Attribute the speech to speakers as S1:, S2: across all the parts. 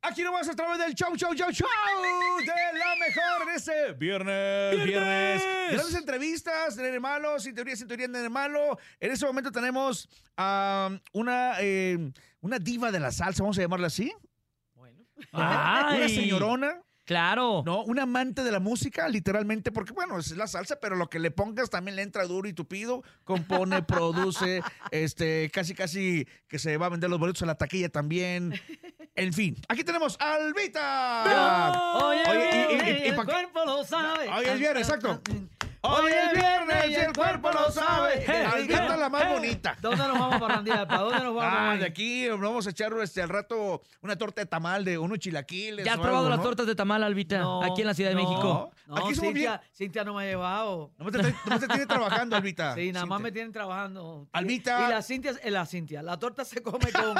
S1: Aquí nomás a través del show, show, show, show de la mejor en este viernes, viernes. Grandes entrevistas, Nene Malo, sin teoría, sin teoría, Nene Malo. En este momento tenemos a una, eh, una diva de la salsa, vamos a llamarla así.
S2: Bueno.
S1: Una
S3: Ay,
S1: señorona,
S3: Claro.
S1: ¿no? Una amante de la música, literalmente, porque bueno, es la salsa, pero lo que le pongas también le entra duro y tupido. Compone, produce, este, casi, casi que se va a vender los boletos a la taquilla también. En fin, aquí tenemos Ah, a Albita.
S3: Oye,
S1: Oye, y- y- y- y
S3: el
S1: pa' qué-
S3: cuerpo lo sabe.
S1: Hoy es viernes, exacto.
S3: Hoy es viernes y el cuerpo lo sabe.
S1: Hey, Albita
S3: hey,
S1: la más
S3: hey.
S1: bonita.
S3: ¿Dónde nos vamos para randear? ¿Para dónde nos vamos?
S1: Ah,
S3: Mike?
S1: de aquí nos vamos a echar este, al rato una torta de tamal de unos chilaquiles.
S3: ¿Ya has
S1: o
S3: probado
S1: algo,
S3: las
S1: ¿no?
S3: tortas de tamal, Albita?
S2: No,
S3: aquí en la Ciudad de
S2: no.
S3: México.
S2: No,
S1: Aquí somos
S2: Cintia, Cintia no me ha llevado.
S1: Nomás te, nomás te tiene trabajando, Albita.
S2: Sí, nada más
S1: Ah, Cintia.
S2: me tienen trabajando.
S1: Almita.
S2: Y la Cintia, eh, la Cintia, la torta se come con,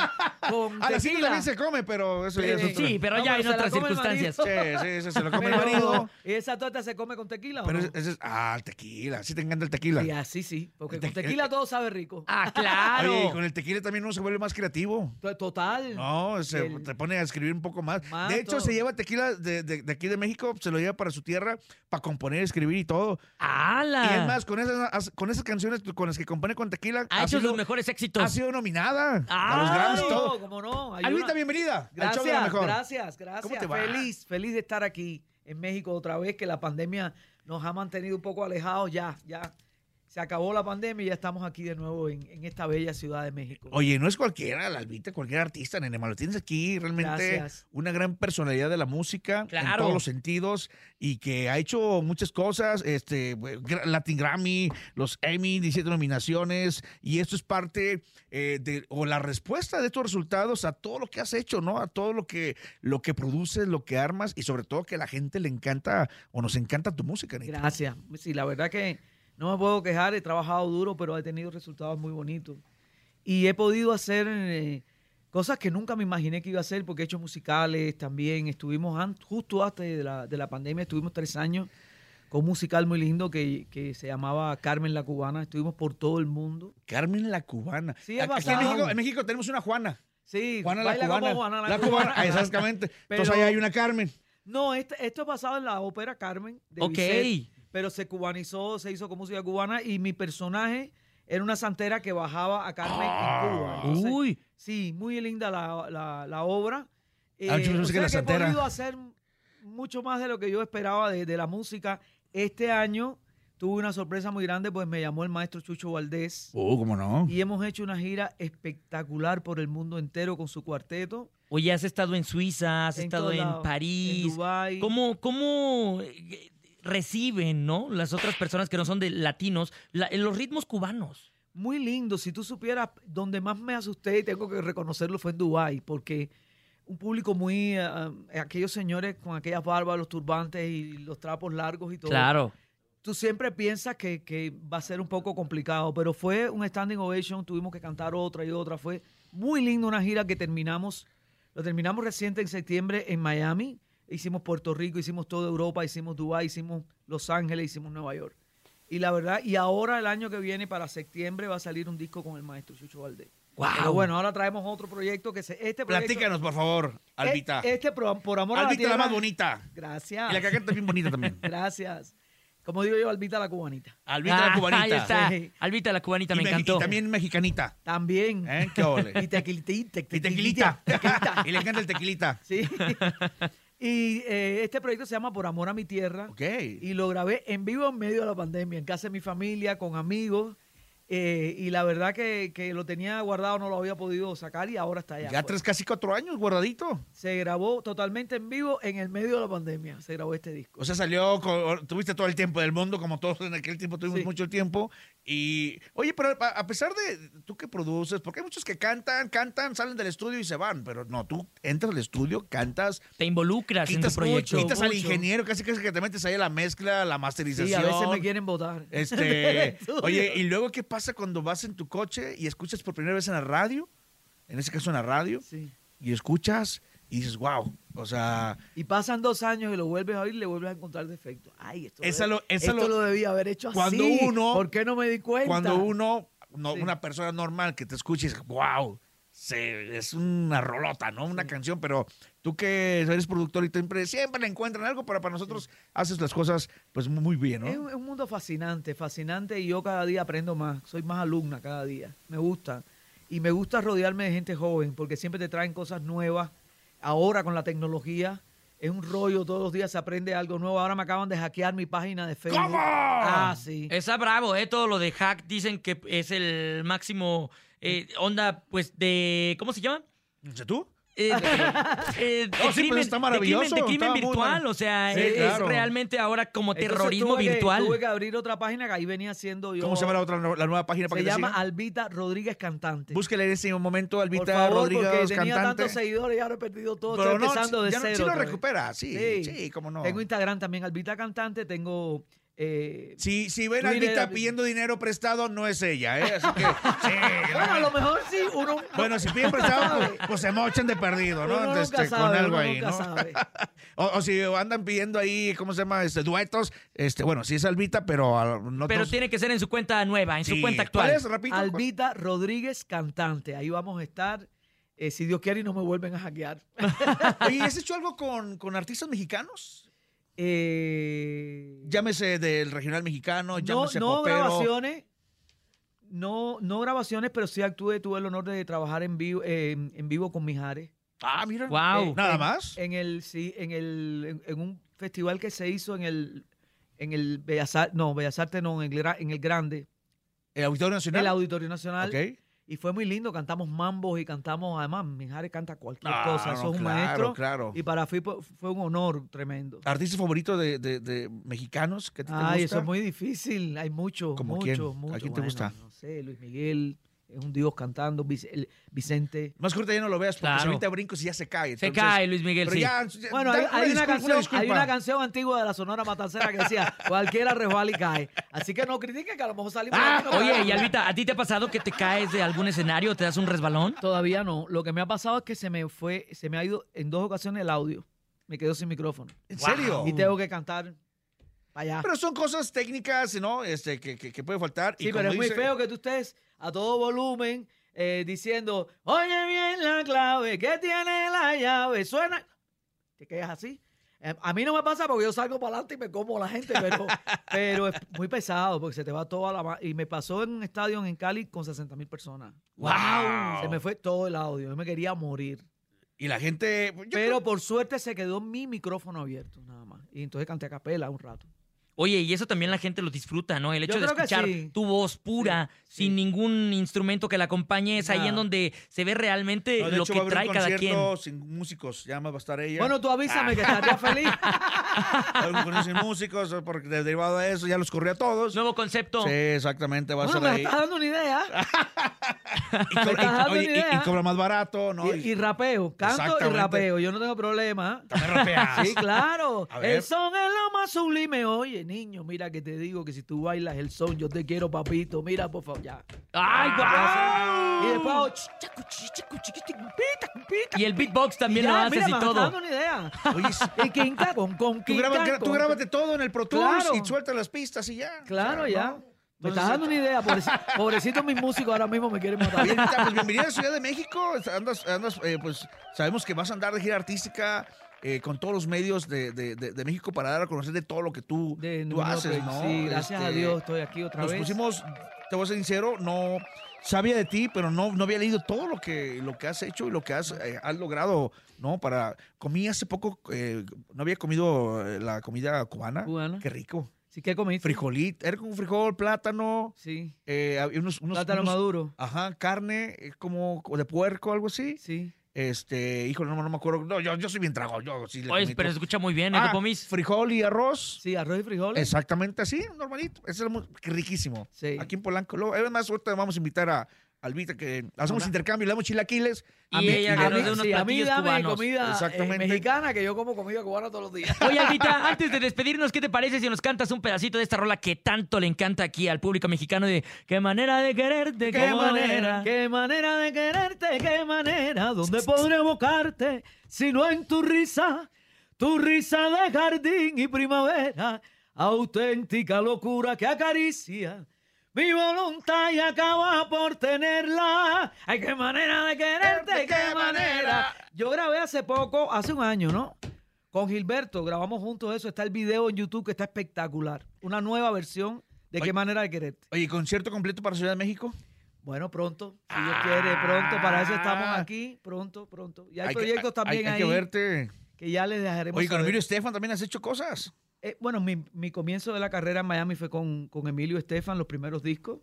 S2: con
S1: A Ah, la Cintia
S2: tequila.
S1: también se come, pero eso ya es
S2: Sí,
S1: otra.
S3: Sí, pero
S2: No,
S3: ya
S2: pero
S3: en
S2: se la
S3: otras
S2: come el
S3: circunstancias.
S1: Sí, sí, sí, se lo come
S2: Pero,
S1: el marido.
S2: ¿Y esa torta se come con tequila o
S1: Pero
S2: no?
S1: ese es, ah, el tequila. Sí te encanta el tequila.
S2: Sí, así sí, porque
S1: Te-
S2: con tequila todo sabe rico.
S3: Ah, claro.
S1: Oye, y con el tequila también uno se vuelve más creativo.
S2: To- Total.
S1: No, se
S2: El-
S1: te pone a escribir un poco más.
S2: Más,
S1: de hecho,
S2: todo.
S1: se lleva tequila de, de- de aquí de México, se lo lleva para su tierra, para componer, escribir y todo.
S3: ¡Hala!
S2: Ah.
S1: Y es más, con esas, con esas canciones con las que compone con tequila,
S3: ha
S1: ha
S3: hecho
S1: sido,
S3: los mejores
S1: ha
S3: éxitos.
S1: sido nominada a los
S3: Ay.
S1: Grammys y
S2: Claro,
S1: todo.
S2: cómo no. hay
S1: Albita,
S2: una-
S1: bienvenida. al show de la
S2: Gracias,
S1: mejor.
S2: gracias, gracias.
S1: ¿Cómo te va?
S2: Feliz, feliz de estar aquí en México otra vez, que la pandemia nos ha mantenido un poco alejados ya, ya. Se acabó la pandemia y ya estamos aquí de nuevo en, en esta bella ciudad de México.
S1: Oye, no es cualquiera, la Albita, cualquier artista, nene malo. Tienes aquí realmente
S2: Gracias.
S1: una gran personalidad de la música en
S3: Claro.
S1: todos los sentidos y que ha hecho muchas cosas, este gra- Latin Grammy, los Emmy, 17 nominaciones y esto es parte eh, de o la respuesta de estos resultados a todo lo que has hecho, ¿no? A todo lo que lo que produces, lo que armas y sobre todo que a la gente le encanta o nos encanta tu música, Anita.
S2: Gracias. Sí, la verdad que no me puedo quejar, he trabajado duro, pero he tenido resultados muy bonitos. Y he podido hacer eh, cosas que nunca me imaginé que iba a hacer, porque he hecho musicales también. Estuvimos an- justo antes de la, de la pandemia, estuvimos tres años con un musical muy lindo que, que se llamaba Carmen la Cubana. Estuvimos por todo el mundo.
S1: Carmen la cubana.
S2: Sí, ha
S1: Aquí en
S2: pasado.
S1: México, en México tenemos una Juana.
S2: Sí,
S1: Juana la
S2: baila como
S1: cubana.
S2: Juana
S1: la, cubana, ah, exactamente.
S2: Pero-
S1: Entonces ahí hay una Carmen.
S2: No, este- esto es basado en la ópera Carmen de
S3: Ok.
S2: Bizet, pero se cubanizó, se hizo con música cubana y mi personaje era una santera que bajaba a Carmen
S1: Ah.
S2: en Cuba. Entonces,
S3: Uy.
S2: Sí, muy linda la, la- la obra. Eh,
S1: Ah, yo pensé
S2: o
S1: que
S2: sea
S1: la
S2: que he
S1: santera.
S2: podido hacer mucho más de lo que yo esperaba de, de la música. Este año tuve una sorpresa muy grande, pues me llamó el maestro Chucho Valdés.
S1: Oh, cómo no.
S2: Y hemos hecho una gira espectacular por el mundo entero con su cuarteto.
S3: Oye, has estado en Suiza, has
S2: En
S3: estado
S2: todo
S3: en
S2: lado, en
S3: París.
S2: Dubái.
S3: ¿Cómo, cómo eh, reciben, ¿no? Las otras personas que no son de latinos, la- eh, los ritmos cubanos.
S2: Muy lindo. Si tú supieras, donde más me asusté y tengo que reconocerlo fue en Dubái, porque un público muy... eh, eh, aquellos señores con aquellas barbas, los turbantes y los trapos largos y todo.
S3: Claro.
S2: Tú siempre piensas que, que va a ser un poco complicado, pero fue un standing ovation, tuvimos que cantar otra y otra. Fue muy lindo una gira que terminamos, lo terminamos reciente en septiembre en Miami. Hicimos Puerto Rico, hicimos toda Europa, hicimos Dubái, hicimos Los Ángeles, hicimos Nueva York. Y la verdad, y ahora el año que viene, para septiembre, va a salir un disco con el maestro Chucho Valdés.
S3: Guau.
S2: Pero bueno, ahora traemos otro proyecto que se. Este proyecto,
S1: Platícanos, por favor, Albita.
S2: e- Este, pro- por amor a la
S1: Albita la,
S2: tierra.
S1: más bonita.
S2: Gracias.
S1: Y la cagata es bien bonita también.
S2: Gracias. Como digo yo, Albita la cubanita.
S1: Albita la
S3: Ah,
S1: cubanita.
S3: Ahí está.
S2: Sí.
S3: Albita la cubanita,
S1: Y,
S3: me
S1: me-
S3: encantó.
S1: y también mexicanita.
S2: También.
S1: ¿Eh? ¿Qué ole?
S2: Y tequilita. Y
S1: Y
S2: tequilita.
S1: tequilita. y le encanta el tequilita.
S2: Sí. Y eh, este proyecto se llama Por Amor a mi Tierra.
S1: Ok.
S2: Y lo grabé en vivo en medio de la pandemia, en casa de mi familia, con amigos. eh, y la verdad que, que lo tenía guardado, no lo había podido sacar y ahora está allá.
S1: Ya tres, casi cuatro años guardadito.
S2: Se grabó totalmente en vivo en el medio de la pandemia. Se grabó este disco.
S1: O sea, salió, con- tuviste todo el tiempo del mundo, como todos en aquel tiempo tuvimos
S2: Sí.
S1: mucho tiempo. Y, oye, pero a, a pesar de tú que produces, porque hay muchos que cantan, cantan, salen del estudio y se van, pero no, tú entras al estudio, cantas,
S3: Te involucras en tu
S1: quitas,
S3: proyecto.
S1: quitas al
S2: mucho.
S1: ingeniero, casi casi que te metes ahí a la mezcla, a la
S2: Sí,
S1: masterización.
S2: a veces me quieren votar.
S1: Este, oye, ¿y luego qué pasa cuando vas en tu coche y escuchas por primera vez en la radio? En ese caso en la radio,
S2: Sí.
S1: y escuchas y dices, wow, o sea,
S2: Y pasan dos años y lo vuelves a oír y le vuelves a encontrar defecto. Ay, esto,
S1: Esa
S2: lo,
S1: lo- esa
S2: esto
S1: lo-
S2: lo debía haber hecho
S1: Cuando
S2: así.
S1: uno-
S2: ¿Por qué no me di cuenta?
S1: cuando uno, no,
S2: Sí.
S1: una persona normal que te escucha y dice, wow, se, es una rolota, ¿no? Una canción, pero Tú que eres productor y siempre, siempre le encuentran algo, para para nosotros haces las cosas pues muy bien,
S2: Es
S1: ¿no?
S2: un, es un mundo fascinante, fascinante y yo cada día aprendo más, soy más alumna cada día, me gusta. Y me gusta rodearme de gente joven porque siempre te traen cosas nuevas, ahora con la tecnología. Es un rollo, todos los días se aprende algo nuevo. Ahora me acaban de hackear mi página de Facebook.
S1: ¿Cómo?
S2: Ah, sí.
S3: Está bravo, ¿eh? Todo lo de hack dicen que es el máximo eh, onda, pues, de. ¿Cómo se llama?
S1: No sé tú.
S3: Eh, eh, de
S1: pues está maravilloso,
S3: de crimen, de crimen
S1: está muy
S3: virtual,
S1: bueno.
S3: o sea,
S1: Sí,
S3: es,
S1: claro.
S3: realmente ahora como
S2: Entonces
S3: terrorismo
S2: tuve que-
S3: virtual.
S2: tuve que abrir otra página que ahí venía siendo yo.
S1: ¿Cómo se llama la otra la nueva página para
S2: Se
S1: que te
S2: llama
S1: sigan?
S2: Albita Rodríguez Cantante.
S1: Búsquele en ese momento Albita
S2: Este, Por favor, porque
S1: Rodríguez
S2: tenía
S1: cantante.
S2: tantos seguidores y ahora he perdido todo.
S1: Pero
S2: Estoy empezando
S1: no,
S2: de
S1: ya no-
S2: cero.
S1: sí lo
S2: otra vez.
S1: recupera, sí, sí, cómo no.
S2: Tengo Instagram también, Albita Cantante, tengo... eh,
S1: Si, si ven a
S2: Mire,
S1: Albita
S2: David.
S1: pidiendo dinero prestado, no es ella, ¿eh? Así que, sí.
S2: Bueno, a lo mejor sí, uno...
S1: Bueno, si piden prestado, pues, pues se mochan de perdido, ¿no?
S2: uno nunca
S1: Este,
S2: sabe,
S1: con algo
S2: uno
S1: ahí,
S2: nunca
S1: ¿no?
S2: sabe.
S1: O, o si andan pidiendo ahí, ¿cómo se llama? Este, duetos. Este, bueno, sí es Albita, pero a- no
S3: Pero
S1: no-
S3: tiene que ser en su cuenta nueva, en
S1: sí.
S3: su cuenta
S1: ¿Cuál
S3: actual.
S1: es? Repito.
S2: Albita Rodríguez Cantante, ahí vamos a estar. eh, si Dios quiere y no me vuelven a hackear.
S1: Oye, ¿has hecho algo con, con artistas mexicanos?
S2: Eh,
S1: Llámese del regional mexicano,
S2: no,
S1: llámese
S2: no
S1: popero.
S2: grabaciones. No, no grabaciones, pero sí actué, tuve el honor de trabajar en vivo, eh, en, en vivo con Mijares.
S1: Ah, mira.
S3: Guau.
S2: Eh,
S1: ¿Nada
S2: en-
S1: más?
S2: En el, sí, en el, en, en un festival que se hizo en el, en el Bellas Artes, no, Bellas Artes no, en el, gra- en el Grande,
S1: ¿El Auditorio
S2: en
S1: Nacional?
S2: el Auditorio Nacional.
S1: Ok.
S2: Y fue muy lindo, cantamos mambos y cantamos, además, Mijares canta cualquier
S1: Ah,
S2: cosa,
S1: no,
S2: eso es
S1: claro,
S2: un maestro.
S1: claro.
S2: Y para mí fue, fue un honor tremendo.
S1: ¿Artistas favoritos de, de- de mexicanos que a ti te
S2: Ay, eso
S1: gusta?
S2: es muy difícil, hay muchos,
S1: ¿Como
S2: muchos,
S1: quién? ¿A
S2: muchos.
S1: quién te
S2: Bueno,
S1: gusta?
S2: No sé, Luis Miguel, es un dios cantando, Vic- el- Vicente.
S1: Más corta ya no lo veas porque
S3: Claro.
S1: si ahorita brincos y ya se cae.
S3: Se
S1: entonces-
S3: cae, Luis Miguel,
S1: Pero
S3: sí.
S1: ya, ya-
S2: Bueno,
S1: da
S2: hay, hay una
S1: disculpa,
S2: canción, hay
S1: disculpa.
S2: una canción antigua de la Sonora Matancera que decía, cualquiera resbala y cae. Así que no critiquen que a lo mejor salimos.
S3: Ah,
S2: aquí, no
S3: oye,
S2: caemos.
S3: y Albita, ¿a ti te ha pasado que te caes de algún escenario, te das un resbalón?
S2: Todavía no. Lo que me ha pasado es que se me fue, se me ha ido en dos ocasiones el audio. Me quedo sin micrófono.
S1: ¿En serio?
S2: Y tengo que cantar para allá.
S1: Pero son cosas técnicas, ¿no? Este, que, que, que puede faltar.
S2: Sí,
S1: y
S2: pero
S1: como
S2: es muy
S1: dice-
S2: feo que tú estés a todo volumen eh, diciendo, oye bien la clave, que tiene la llave, suena. Te quedas así. Eh, a mí no me pasa porque yo salgo para adelante y me como a la gente, pero, pero es muy pesado porque se te va toda la... ma- Y me pasó en un estadio en Cali con 60 mil personas.
S1: ¡Guau!
S2: Se me fue todo el audio, yo me quería morir.
S1: Y la gente. pues, yo
S2: pero por suerte se quedó mi micrófono abierto nada más. Y entonces canté a capela un rato.
S3: Oye, y eso también la gente lo disfruta, ¿no? El hecho
S2: Yo
S3: de
S2: creo que
S3: escuchar
S2: sí.
S3: tu voz pura,
S2: sí.
S3: sin ningún instrumento que la acompañe, es ahí
S2: Nada.
S3: en donde se ve realmente
S2: eh,
S1: No, de
S3: lo
S1: hecho,
S3: que
S1: va a haber
S3: trae
S1: un
S3: cada quien.
S1: concierto sin músicos, ya más va a estar ella.
S2: Bueno, tú avísame que estaría feliz.
S1: Va a haber un concierto sin músicos, porque de- derivado de eso ya los corrió a todos.
S3: Nuevo concepto.
S1: Sí, exactamente, va a
S2: Bueno,
S1: estar
S2: me
S1: ahí.
S2: estás dando una idea.
S1: Y cobra-
S2: me estás
S1: y-
S2: dando
S1: oye,
S2: una
S1: y- y
S2: idea.
S1: cobra más barato, ¿no?
S2: Y, y rapeo, canto y
S1: Exactamente.
S2: rapeo, yo no tengo problema.
S1: también rapeas.
S2: Sí, claro.
S1: A ver.
S2: El son es lo más sublime. Oye, niño, mira que te digo que si tú bailas el son, yo te quiero, papito. Mira, por favor, ya.
S3: ¡Ay, guau!
S1: Ah.
S2: Y después, oh, ch- chacu, chi, chacu, chi, chi, pita, pita.
S3: Y el beatbox también
S2: ya,
S3: lo haces
S2: mira, me
S3: y
S2: está
S3: todo.
S2: dando una idea.
S1: Oye, sí.
S2: Y quinca con con
S1: tú,
S2: quinca
S1: grabas- gra- tú
S2: con-
S1: grábate todo en el Pro Tools
S2: Claro.
S1: y suelta las pistas y ya.
S2: Claro,
S1: O sea,
S2: ya.
S1: ¿no?
S2: Me
S1: Entonces,
S2: estás dando una idea. Pobrecito, pobrecito mis músicos ahora mismo me quieren matar.
S1: Oye, Anita, pues bienvenida a Ciudad de México. Andas, andas, eh, pues sabemos que vas a andar de gira artística eh, con todos los medios de, de- de- de México para dar a conocer de todo lo que tú,
S2: De
S1: tú
S2: nuevo,
S1: haces,
S2: pues,
S1: ¿no?
S2: Sí, gracias a
S1: Este,
S2: Dios estoy aquí otra
S1: Nos
S2: vez.
S1: pusimos, te voy a ser sincero, no sabía de ti, pero no, no había leído todo lo que, lo que has hecho y lo que has, eh, has logrado, ¿no? Para, comí hace poco, eh, no había comido eh, la comida cubana.
S2: Cubana.
S1: Qué rico.
S2: Sí, ¿qué comiste?
S1: Frijolito, era como frijol, plátano,
S2: Sí.
S1: eh, había unos, unos,
S2: Plátano
S1: unos-
S2: maduro.
S1: Ajá, carne, eh, como como de puerco, algo así.
S2: Sí.
S1: Este, hijo, no, no me acuerdo. No, yo, yo soy bien trago. Yo sí le comí
S3: Oye, pero se
S1: todo.
S3: escucha muy bien, ¿eh,
S1: Ah,
S3: Copomis?
S1: frijol y arroz.
S2: Sí, arroz y frijoles.
S1: Exactamente así, normalito. Eso es muy- riquísimo.
S2: Sí.
S1: Aquí en Polanco. Luego, además, ahorita vamos a invitar a a Albita, que hacemos
S2: Hola.
S1: intercambio, le damos chilaquiles.
S3: Y
S1: mí-
S3: ella
S1: a
S3: que
S1: mí-
S3: nos dé unos
S2: sí, a mí
S3: platillos
S2: dame
S3: cubanos.
S2: comida
S1: Exactamente.
S2: eh, mexicana, que yo como comida cubana todos los días.
S3: Oye, Albita, antes de despedirnos, ¿qué te parece si nos cantas un pedacito de esta rola que tanto le encanta aquí al público mexicano de qué manera de quererte, qué, manera?
S2: qué manera de quererte, qué manera, dónde podré evocarte, sino en tu risa, tu risa de jardín y primavera, auténtica locura que acaricia Mi voluntad y acaba por tenerla. Ay, qué manera de quererte, qué manera. Yo grabé hace poco, hace un año, ¿no? Con Gilberto, grabamos juntos eso. Está el video en YouTube que está espectacular. Una nueva versión de
S1: Oye.
S2: qué manera de quererte.
S1: Oye, ¿concierto completo para Ciudad de México?
S2: Bueno, pronto, si Dios quiere, pronto. Para eso estamos
S1: Ah.
S2: aquí, pronto, pronto. Y hay,
S1: que-
S2: proyectos
S1: hay-
S2: también
S1: hay
S2: ahí
S1: que verte.
S2: que ya les dejaremos
S1: Oye, con
S2: saber.
S1: Emilio Estefan también has hecho cosas.
S2: Eh, bueno, mi, mi comienzo de la carrera en Miami fue con, con Emilio Estefan, los primeros discos.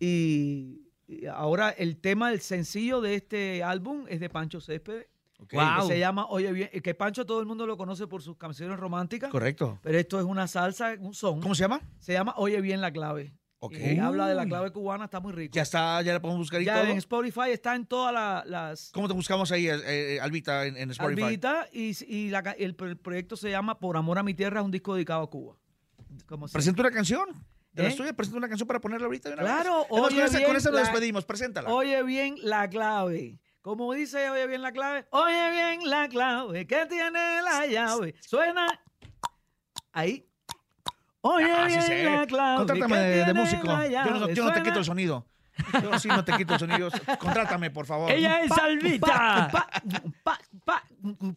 S2: Y, y ahora el tema, el sencillo de este álbum es de Pancho Céspedes,
S1: Ok.
S3: Guau.
S2: que se llama Oye Bien, que Pancho todo el mundo lo conoce por sus canciones románticas,
S1: Correcto.
S2: pero esto es una salsa, un son.
S1: ¿Cómo se llama?
S2: Se llama Oye Bien la clave.
S1: Ok.
S2: Y habla de la
S3: Uy.
S2: clave cubana, está muy rico.
S1: Ya está, ya la podemos buscar y
S2: Ya
S1: todo.
S2: en Spotify está en todas la- las...
S1: ¿Cómo te buscamos ahí, eh, eh, Albita, en, en Spotify?
S2: Albita y, y la ca- el, el proyecto se llama Por Amor a mi Tierra, es un disco dedicado a Cuba. Como se-
S1: Presenta una canción. De la
S2: ¿Eh?
S1: suya, presenta una canción para ponerla ahorita. de una
S2: Claro,
S1: vez. Es más,
S2: oye
S1: con, esa,
S2: bien
S1: con esa nos
S2: la-
S1: despedimos. Preséntala.
S2: Oye bien la clave. Como dice, oye bien la clave. Oye bien la clave. que tiene la llave? Suena. Ahí. Oye
S1: Ah, sí
S2: bien
S1: se
S2: la
S1: ve.
S2: clave.
S1: Contrátame
S2: que
S1: de, de
S2: tiene
S1: músico.
S2: la
S1: Yo no,
S2: llave.
S1: yo no te
S2: Suena.
S1: quito el sonido. Yo sí no te quito el sonido. Contrátame, por favor.
S3: Ella es Albita.
S2: Pa, pa, pa,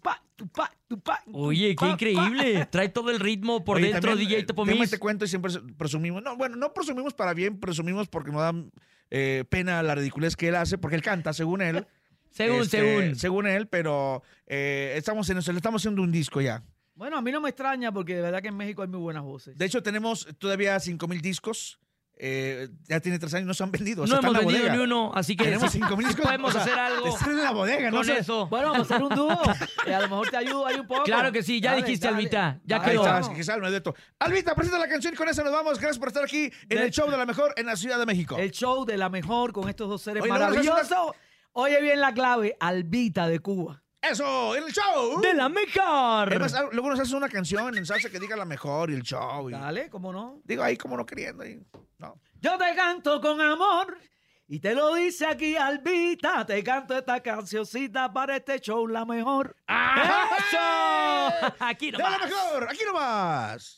S2: pa, pa, pa.
S3: Oye, qué increíble. Trae todo el ritmo por
S1: Oye,
S3: dentro,
S1: también,
S3: DJ
S1: eh, déjame
S3: Topomis.
S1: te cuento y siempre presumimos. No, bueno, no presumimos para bien, presumimos porque nos da eh, pena la ridiculez que él hace, porque él canta, según él.
S3: Según,
S1: Este,
S3: según.
S1: Según él, pero eh, estamos en eso, le estamos haciendo un disco ya.
S2: Bueno, a mí no me extraña porque de verdad que en México hay muy buenas voces.
S1: De hecho, tenemos todavía 5000 discos. eh, ya tiene tres años, no se han vendido. o
S3: no
S1: sea, está
S3: hemos
S1: en la
S3: vendido
S1: bodega.
S3: ni uno, así que
S1: Tenemos
S3: sí,
S1: 5000
S3: sí
S1: discos.
S3: podemos
S1: o sea,
S3: hacer algo
S1: Están en la bodega, no
S3: con
S1: sé.
S3: eso.
S2: Bueno, vamos a hacer un dúo. Y a lo mejor te ayudo ahí un poco.
S3: Claro que sí, ya dijiste, Almita, ya
S1: Ahí
S3: quedó.
S1: está, así que sal, no hay de esto. Albita, presenta la canción y con eso nos vamos. Gracias por estar aquí en
S2: De-
S1: el show de la mejor en la Ciudad de México.
S2: El show de la mejor con estos dos seres
S1: Oye, luego nos hace una-
S2: maravillosos. Oye bien la clave, Albita de Cuba.
S1: Eso, en el show.
S3: de la mejor.
S1: Además, ah, luego nos haces una canción en salsa que diga la mejor y el show. y-
S2: Dale, ¿cómo no?
S1: Digo, ahí como no queriendo. y- no.
S2: Yo te canto con amor y te lo dice aquí Albita. Te canto esta cancioncita para este show la mejor.
S3: ¡Eso! Aquí
S1: ¡De la
S3: nomás.
S1: mejor! ¡Aquí nomás!